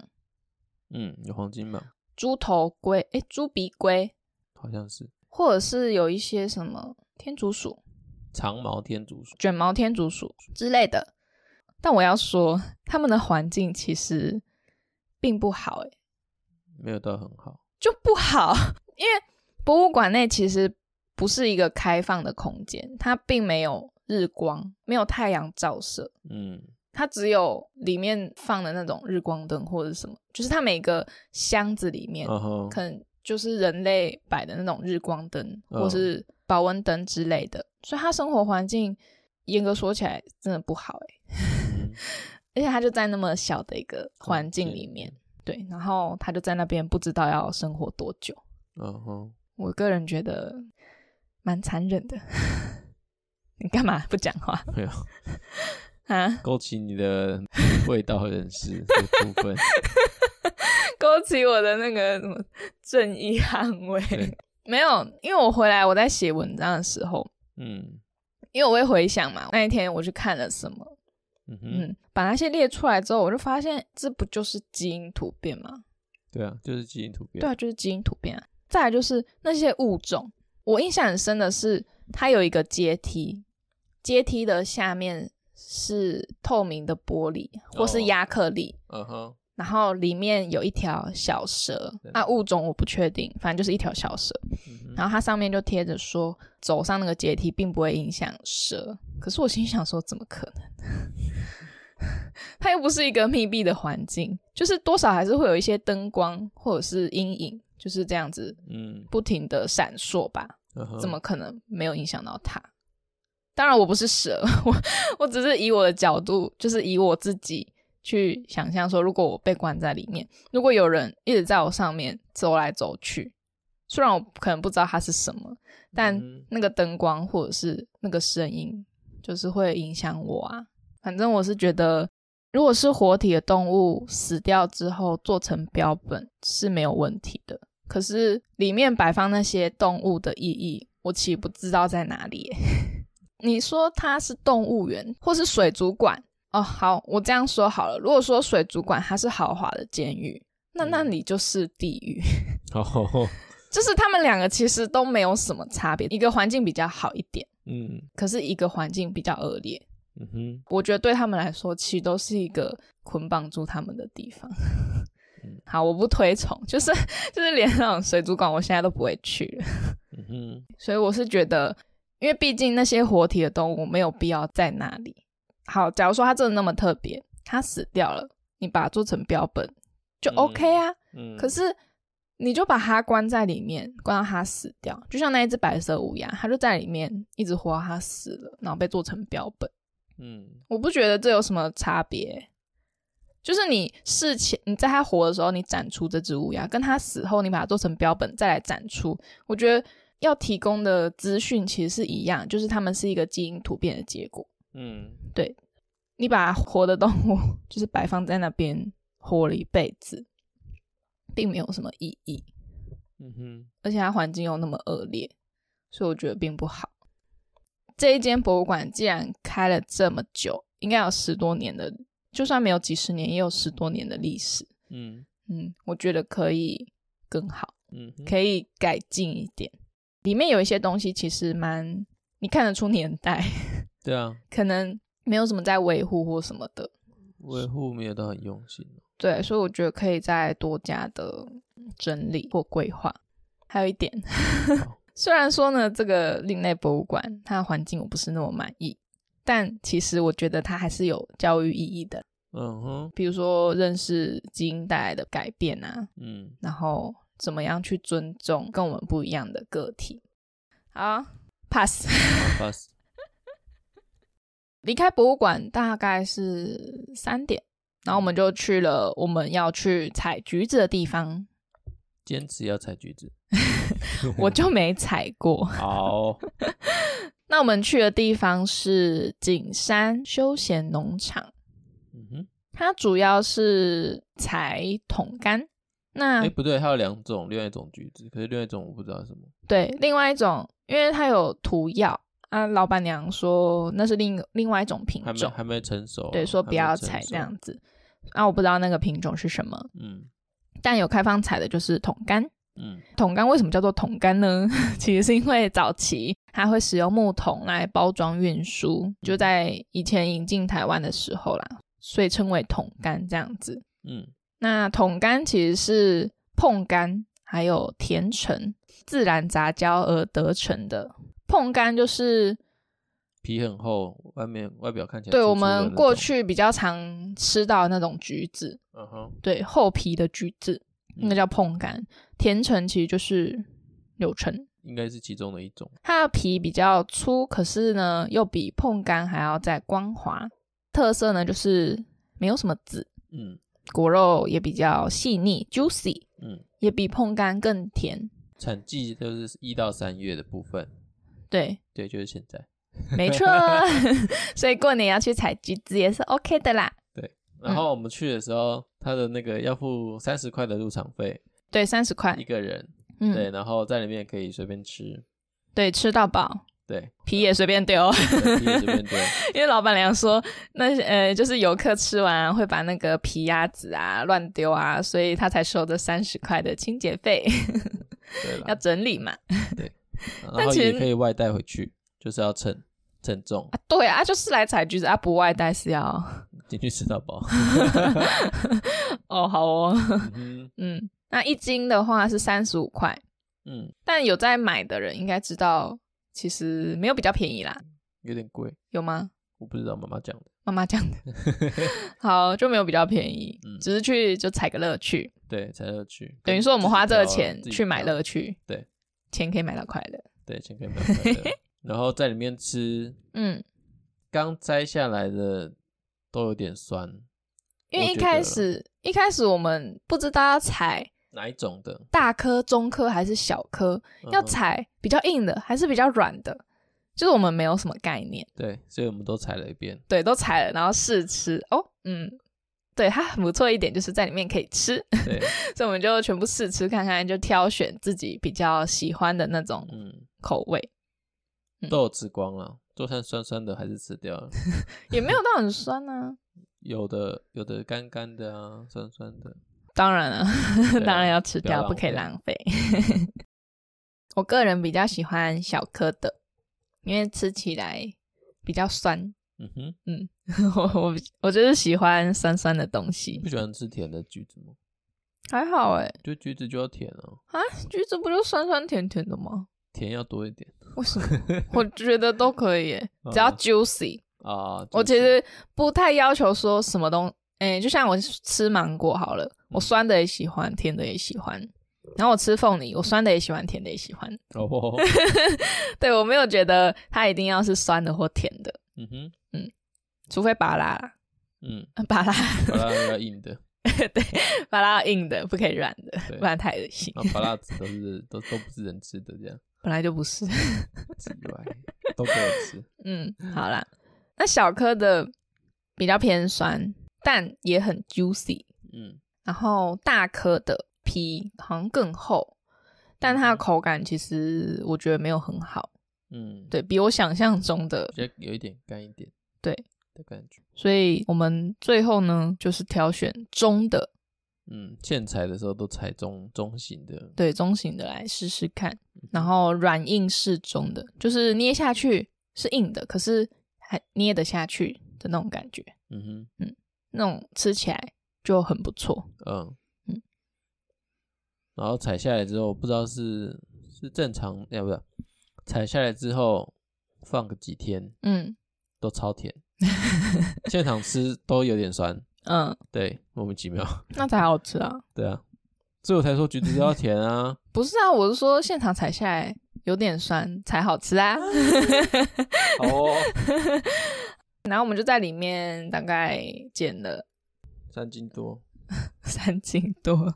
Speaker 2: 嗯，有黄金蟒，
Speaker 1: 猪头龟、诶，猪鼻龟，
Speaker 2: 好像是
Speaker 1: 或者是有一些什么天竺鼠、
Speaker 2: 长毛天竺鼠，
Speaker 1: 卷毛天竺鼠之类的。但我要说，它们的环境其实并不好、诶，
Speaker 2: 没有到很好，
Speaker 1: 就不好， 因为博物馆内其实不是一个开放的空间，它并没有日光，没有太阳照射，
Speaker 2: 嗯
Speaker 1: 它只有里面放的那种日光灯或者什么，就是它每个箱子里面、
Speaker 2: 嗯哼，
Speaker 1: 可能就是人类摆的那种日光灯
Speaker 2: 嗯
Speaker 1: 或是保温灯之类的，所以它生活环境严格说起来真的不好哎、
Speaker 2: 嗯
Speaker 1: 而且它就在那么小的一个环境里面，对，然后它就在那边不知道要生活多久，
Speaker 2: 嗯哼，
Speaker 1: 我个人觉得蛮残忍的。 你干嘛不讲话
Speaker 2: 没有
Speaker 1: 啊？
Speaker 2: 勾起你的 味道人士的部分，
Speaker 1: 勾起我的那个什么正义捍卫
Speaker 2: 对。
Speaker 1: 没有，因为我回来我在写文章的时候，
Speaker 2: 嗯
Speaker 1: 因为我会回想嘛，那一天我去看了什么，
Speaker 2: 嗯哼，
Speaker 1: 嗯，把那些列出来之后，我就发现这不就是基因突变吗？
Speaker 2: 对啊，就是基因突变，
Speaker 1: 对啊，就是基因突变啊。再来就是那些物种，我印象很深的是，它有一个阶梯，阶梯的下面是透明的玻璃或
Speaker 2: 哦
Speaker 1: 是亚克力，
Speaker 2: 嗯哼，
Speaker 1: 然后里面有一条小蛇
Speaker 2: 对，
Speaker 1: 啊，物种我不确定，反正就是一条小蛇。
Speaker 2: 嗯哼
Speaker 1: 然后它上面就贴着说，走上那个阶梯并不会影响蛇。可是我心想说，怎么可能？ 它又不是一个密闭的环境，就是多少还是会有一些灯光或者是阴影，就是这样子
Speaker 2: 嗯
Speaker 1: 不停的闪烁吧？
Speaker 2: 嗯哼，
Speaker 1: 怎么可能没有影响到它？当然，我不是蛇，我我只是以我的角度，就是以我自己去想象说，如果我被关在里面，如果有人一直在我上面走来走去，虽然我可能不知道它是什么，但
Speaker 2: 嗯
Speaker 1: 那个灯光或者是那个声音，就是会影响我啊。反正我是觉得，如果是活体的动物死掉之后做成标本是没有问题的，可是里面摆放那些动物的意义，我岂不知道在哪里耶、 你说它是动物园或是水族馆哦？好，我这样说好了。如果说水族馆它是豪华的监狱，那
Speaker 2: 嗯
Speaker 1: 那你就是地狱。
Speaker 2: 哦，
Speaker 1: 就是他们两个其实都没有什么差别，一个环境比较好一点，
Speaker 2: 嗯
Speaker 1: 可是一个环境比较恶劣。
Speaker 2: 嗯哼。
Speaker 1: 我觉得对他们来说，其实都是一个捆绑住他们的地方
Speaker 2: 嗯。
Speaker 1: 好，我不推崇，就是就是连那种水族馆，我现在都不会去了。
Speaker 2: 嗯哼，
Speaker 1: 所以我是觉得，因为毕竟那些活体的动物没有必要在那里。好，假如说它真的那么特别，它死掉了，你把它做成标本就
Speaker 2: 嗯
Speaker 1: OK 啊。
Speaker 2: 嗯，
Speaker 1: 可是你就把它关在里面，关到它死掉，就像那一只白色乌鸦，它就在里面一直活到它死了，然后被做成标本。
Speaker 2: 嗯
Speaker 1: 我不觉得这有什么差别，就是你事前你在它活的时候你展出这只乌鸦，跟它死后你把它做成标本再来展出，我觉得要提供的资讯其实是一样，就是它们是一个基因突变的结果。
Speaker 2: 嗯
Speaker 1: 你把活的动物 就是摆放在那边活了一辈子，并没有什么意义。
Speaker 2: 嗯哼，
Speaker 1: 而且它环境又那么恶劣，所以我觉得并不好。这一间博物馆既然开了这么久，应该有十多年的，就算没有几十年，也有十多年的历史。
Speaker 2: 嗯
Speaker 1: 嗯，我觉得可以更好，
Speaker 2: 嗯哼，
Speaker 1: 可以改进一点。里面有一些东西其实蛮，你看得出年代，
Speaker 2: 对啊，
Speaker 1: 可能没有什么在维护或什么的。
Speaker 2: 维护没有到很用心哦，
Speaker 1: 对，所以我觉得可以再多加的整理或规划。还有一点， 虽然说呢，这个另类博物馆它的环境我不是那么满意，但其实我觉得它还是有教育意义的，
Speaker 2: 嗯哼，
Speaker 1: 比如说认识基因带来的改变啊，
Speaker 2: 嗯，
Speaker 1: 然后怎么样去尊重跟我们不一样的个体。好，pass。
Speaker 2: 好 pass，
Speaker 1: 离开博物馆大概是三点，然后我们就去了我们要去采橘子的地方，
Speaker 2: 坚持要采橘子，
Speaker 1: 我就没采过。
Speaker 2: 好，
Speaker 1: 那我们去的地方是景山休闲农场，
Speaker 2: 嗯哼，
Speaker 1: 它主要是采桶柑。那、
Speaker 2: 哎，不对，还有两种，另外一种橘子，可是另外一种我不知道是什么，
Speaker 1: 对另外一种，因为它有涂药啊，老板娘说那是另另外一种品
Speaker 2: 还没
Speaker 1: 种，
Speaker 2: 还没成熟啊，
Speaker 1: 对，说
Speaker 2: 还
Speaker 1: 不
Speaker 2: 没
Speaker 1: 要
Speaker 2: 成
Speaker 1: 采这
Speaker 2: 熟，
Speaker 1: 样子。啊，我不知道那个品种是什么，
Speaker 2: 嗯
Speaker 1: 但有开放采的就是桶柑。
Speaker 2: 嗯
Speaker 1: 桶柑为什么叫做桶柑呢？ 其实是因为早期它会使用木桶来包装运输，
Speaker 2: 嗯
Speaker 1: 就在以前引进台湾的时候啦，所以称为桶柑这样子。
Speaker 2: 嗯，
Speaker 1: 那桶柑其实是碰柑还有甜橙自然杂交而得成的。碰柑就是
Speaker 2: 皮很厚，外面外表看起来
Speaker 1: 对
Speaker 2: 粗
Speaker 1: 我
Speaker 2: 粗的
Speaker 1: 们
Speaker 2: 那
Speaker 1: 过
Speaker 2: 种，
Speaker 1: 去比较常吃到的那种橘子，
Speaker 2: 嗯哼，
Speaker 1: 对厚皮的橘子，那个
Speaker 2: 嗯
Speaker 1: 叫碰柑。甜橙其实就是柳橙。
Speaker 2: 应该是其中的一种，
Speaker 1: 它的皮比较粗，可是呢又比碰柑还要再光滑。特色呢就是没有什么籽，
Speaker 2: 嗯
Speaker 1: 果肉也比较细腻 juicy，
Speaker 2: 嗯，
Speaker 1: 也比碰柑更甜。
Speaker 2: 产季就是一到三月的部分，
Speaker 1: 对，
Speaker 2: 对，就是现在。
Speaker 1: 没 错。 所以过年要去采橘子也是 OK 的啦。嗯
Speaker 2: 然后我们去的时候，他的那个要付三十块的入场费，
Speaker 1: 对，三十块
Speaker 2: 一，个人，对，
Speaker 1: 哎嗯，
Speaker 2: 然后在里面可以随便吃，
Speaker 1: 对，吃到饱，
Speaker 2: 对，
Speaker 1: 皮也随便丢，
Speaker 2: 对可以随便丢，
Speaker 1: 因为老板娘说那些呃就是游客吃完啊会把那个皮鸭子啊乱丢啊，所以她才收这三十块的清洁费，
Speaker 2: 对啊
Speaker 1: 要
Speaker 2: 啦，
Speaker 1: 整理嘛。
Speaker 2: 然
Speaker 1: 呃但
Speaker 2: 后
Speaker 1: 其
Speaker 2: 也
Speaker 1: 实
Speaker 2: 可以外带回去，就是要称称重，
Speaker 1: 啊，对啊，就是来采橘子啊，不外带是要
Speaker 2: 进去吃到 饱。
Speaker 1: 哦，好哦，
Speaker 2: 嗯
Speaker 1: 嗯，那一斤的话是三十五块，
Speaker 2: 嗯，
Speaker 1: 但有在买的人应该知道，其实没有比较便宜啦，
Speaker 2: 有点贵，
Speaker 1: 有吗？
Speaker 2: 我不知道妈妈讲的。
Speaker 1: 妈妈讲 的，好就没有比较便宜，
Speaker 2: 嗯
Speaker 1: 只是去就采个乐趣，
Speaker 2: 对，才乐趣。
Speaker 1: 等于说我们花这个
Speaker 2: 自己挑
Speaker 1: 钱
Speaker 2: 自己
Speaker 1: 去买
Speaker 2: 挑
Speaker 1: 乐趣，
Speaker 2: 对，
Speaker 1: 钱可以买到快乐，
Speaker 2: 对，钱可以买快乐。 然后在里面吃
Speaker 1: 嗯，
Speaker 2: 刚摘下来的都有点酸，
Speaker 1: 因为
Speaker 2: 我
Speaker 1: 一
Speaker 2: 觉
Speaker 1: 开
Speaker 2: 得
Speaker 1: 始一开始我们不知道要采
Speaker 2: 哪一种的？
Speaker 1: 大颗、中颗还是小颗，要
Speaker 2: 嗯哼
Speaker 1: 采比较硬的还是比较软的，就是我们没有什么概念。
Speaker 2: 对，所以我们都采了一遍。
Speaker 1: 对，都采了，然后试吃哦，嗯，对，它很不错一点就是在里面可以吃，
Speaker 2: 对，
Speaker 1: 所以我们就全部试吃看看，就挑选自己比较喜欢的那种
Speaker 2: 嗯，
Speaker 1: 口味，
Speaker 2: 都有吃光了，就算酸酸的还是吃掉了。
Speaker 1: 也没有到很酸啊呢、
Speaker 2: 有的有的干干的啊，酸酸的。
Speaker 1: 当然了，
Speaker 2: 对 啊
Speaker 1: 当然要吃
Speaker 2: 不要
Speaker 1: 掉，
Speaker 2: 浪
Speaker 1: 不可以
Speaker 2: 费
Speaker 1: 浪费。 我个人比较喜欢小颗的，因为吃起来比较酸。
Speaker 2: 嗯哼，
Speaker 1: 我我比我就是喜欢酸酸的东
Speaker 2: 你
Speaker 1: 西
Speaker 2: 不，喜欢吃甜的橘子吗？
Speaker 1: 还好哎、
Speaker 2: 就橘子就要甜啊，
Speaker 1: 啊，橘子不就酸酸甜甜的吗？
Speaker 2: 甜要多一点
Speaker 1: 为什么？我觉得都可以耶，只要
Speaker 2: 嗯
Speaker 1: juicy。
Speaker 2: 啊。
Speaker 1: 我
Speaker 2: 就
Speaker 1: 其
Speaker 2: 是
Speaker 1: 实不太要求说什么东，诶、就像我吃芒果好了，我酸的也喜欢，甜的也喜欢。然后我吃凤梨，我酸的也喜欢，甜的也喜欢。
Speaker 2: 哦，
Speaker 1: 对我没有觉得它一定要是酸的或甜的，
Speaker 2: 嗯哼，
Speaker 1: 除非芭拉 啦，
Speaker 2: 嗯，
Speaker 1: 呃芭拉
Speaker 2: 巴拉要硬的，
Speaker 1: 芭拉要硬的，不可以软的，
Speaker 2: 对嗯
Speaker 1: 不然太恶心。
Speaker 2: 然后巴拉籽都是都都不是人吃的 这样，
Speaker 1: 本来就不是。
Speaker 2: 之外都给我吃。
Speaker 1: 嗯，好啦，那小颗的比较偏酸，但也很 juicy。
Speaker 2: 嗯，
Speaker 1: 然后大颗的皮好像更厚，但它的口感其实我觉得没有很好，
Speaker 2: 嗯，
Speaker 1: 对比我想象中的。
Speaker 2: 比较有一点干一点，
Speaker 1: 对
Speaker 2: 的感觉。
Speaker 1: 所以我们最后呢，就是挑选中的，
Speaker 2: 嗯，现采的时候都采中中型的，
Speaker 1: 对中型的来试试看，然后软硬适中的，就是捏下去是硬的，可是还捏得下去的那种感觉，
Speaker 2: 嗯
Speaker 1: 那种吃起来就很不错。
Speaker 2: 哼，嗯，然后采下来之后，不知道是是正常，哎、不是，采下来之后放个几天
Speaker 1: 嗯
Speaker 2: 都超甜， 现场吃都有点酸，
Speaker 1: 嗯，
Speaker 2: 对，莫名其妙，
Speaker 1: 那才好吃啊！
Speaker 2: 对啊，所以我才说橘子都要 甜啊，
Speaker 1: 不是啊，我是说现场采下来有点酸才好吃啊。
Speaker 2: 好哦，
Speaker 1: 然后我们就在里面大概捡了
Speaker 2: 三斤多，
Speaker 1: 三斤多，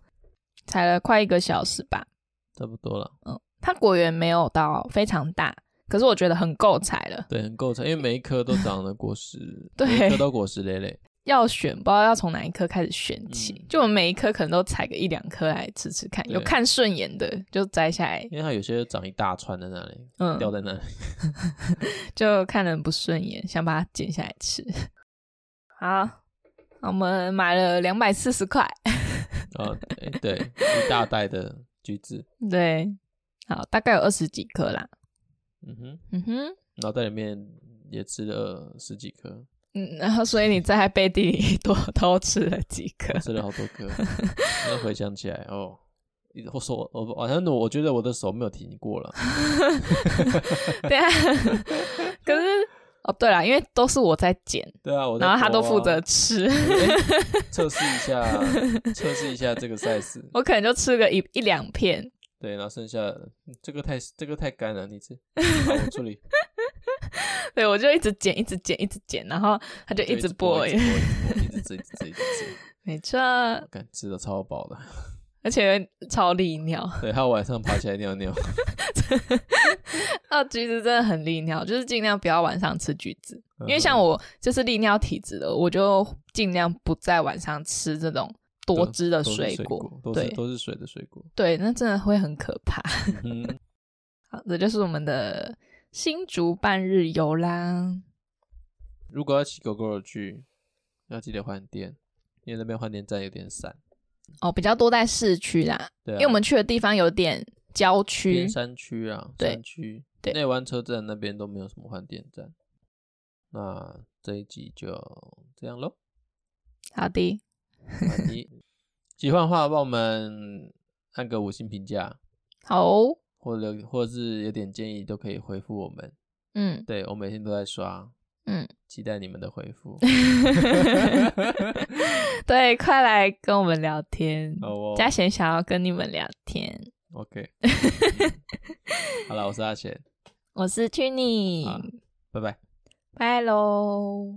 Speaker 1: 采了快一个小时吧。
Speaker 2: 差不多了，
Speaker 1: 它果园没有到非常大，可是我觉得很够采了。
Speaker 2: 对，很够长，因为每一颗都长了果实，
Speaker 1: 对
Speaker 2: 每一颗都果实累累，
Speaker 1: 要选，不知道要从哪一颗开始选起。
Speaker 2: 嗯
Speaker 1: 就我们每一颗可能都采个一两颗来吃吃看，
Speaker 2: 对
Speaker 1: 有看顺眼的就摘下来，
Speaker 2: 因为它有些长一大串在那里，
Speaker 1: 嗯，
Speaker 2: 掉在那里，
Speaker 1: 就看人不顺眼，想把它剪下来吃。好，我们买了两百四十块，
Speaker 2: 啊，哎对，一大袋的橘子，
Speaker 1: 对，好，大概有二十几颗啦。
Speaker 2: 嗯哼，
Speaker 1: 嗯哼，
Speaker 2: 脑袋里面也吃了十几颗，
Speaker 1: 嗯，然后所以你在背地里 多偷吃了几颗
Speaker 2: 我，吃了好多颗。现在回想起来，哦，一我手我好像我觉得我的手没有停过了。
Speaker 1: 对啊。可是哦，对啦，因为都是我在剪，
Speaker 2: 对啊，我在
Speaker 1: 然后他
Speaker 2: 播
Speaker 1: 都
Speaker 2: 啊
Speaker 1: 负责吃，
Speaker 2: 哎测试一下，测试一下这个 size。
Speaker 1: 我可能就吃个一一两片，
Speaker 2: 对，然后剩下的这个太这个太干了，你吃，好我 处理。
Speaker 1: 对我就一直剪，一直剪，一直剪，然后他就
Speaker 2: 就
Speaker 1: 一直
Speaker 2: 播，
Speaker 1: 播，
Speaker 2: 一直播，一直吃，一直吃，一直吃。
Speaker 1: 没错，
Speaker 2: 我看吃的超饱的，
Speaker 1: 而且超利尿。
Speaker 2: 对，还有晚上爬起来尿尿。
Speaker 1: 啊，橘子真的很利尿，就是尽量不要晚上吃橘子，因为像
Speaker 2: 我
Speaker 1: 我就是利尿体质的，我就尽量不在晚上吃这种多汁的水果。
Speaker 2: 都是
Speaker 1: 对
Speaker 2: 都是水的水果。
Speaker 1: 对，那真的会很可怕。
Speaker 2: 嗯，
Speaker 1: 好，这就是我们的新竹半日游啦。
Speaker 2: 如果要骑狗狗的去，要记得换电，因为那边换电站有点散。
Speaker 1: 哦，比较多在市区啦，
Speaker 2: 对、啊，
Speaker 1: 因为我们去的地方有点郊区
Speaker 2: 偏。山区啊，
Speaker 1: 对
Speaker 2: 山区
Speaker 1: 对
Speaker 2: 内湾车站那边都没有什么换电站。那这一集就这样喽。
Speaker 1: 好的，
Speaker 2: 好的喜欢的话，帮我们按个五星评价，
Speaker 1: 好哦、
Speaker 2: 或者或者是有点建议都可以回复我们。
Speaker 1: 嗯
Speaker 2: 对我每天都在刷，
Speaker 1: 嗯，
Speaker 2: 期待你们的 回复。
Speaker 1: 对，快来跟我们聊天。
Speaker 2: 嗯好哦
Speaker 1: 嘉贤想要跟你们聊天。
Speaker 2: ，OK。好了，我是阿贤，
Speaker 1: 我是 Trini，
Speaker 2: 拜拜。
Speaker 1: 拜喽。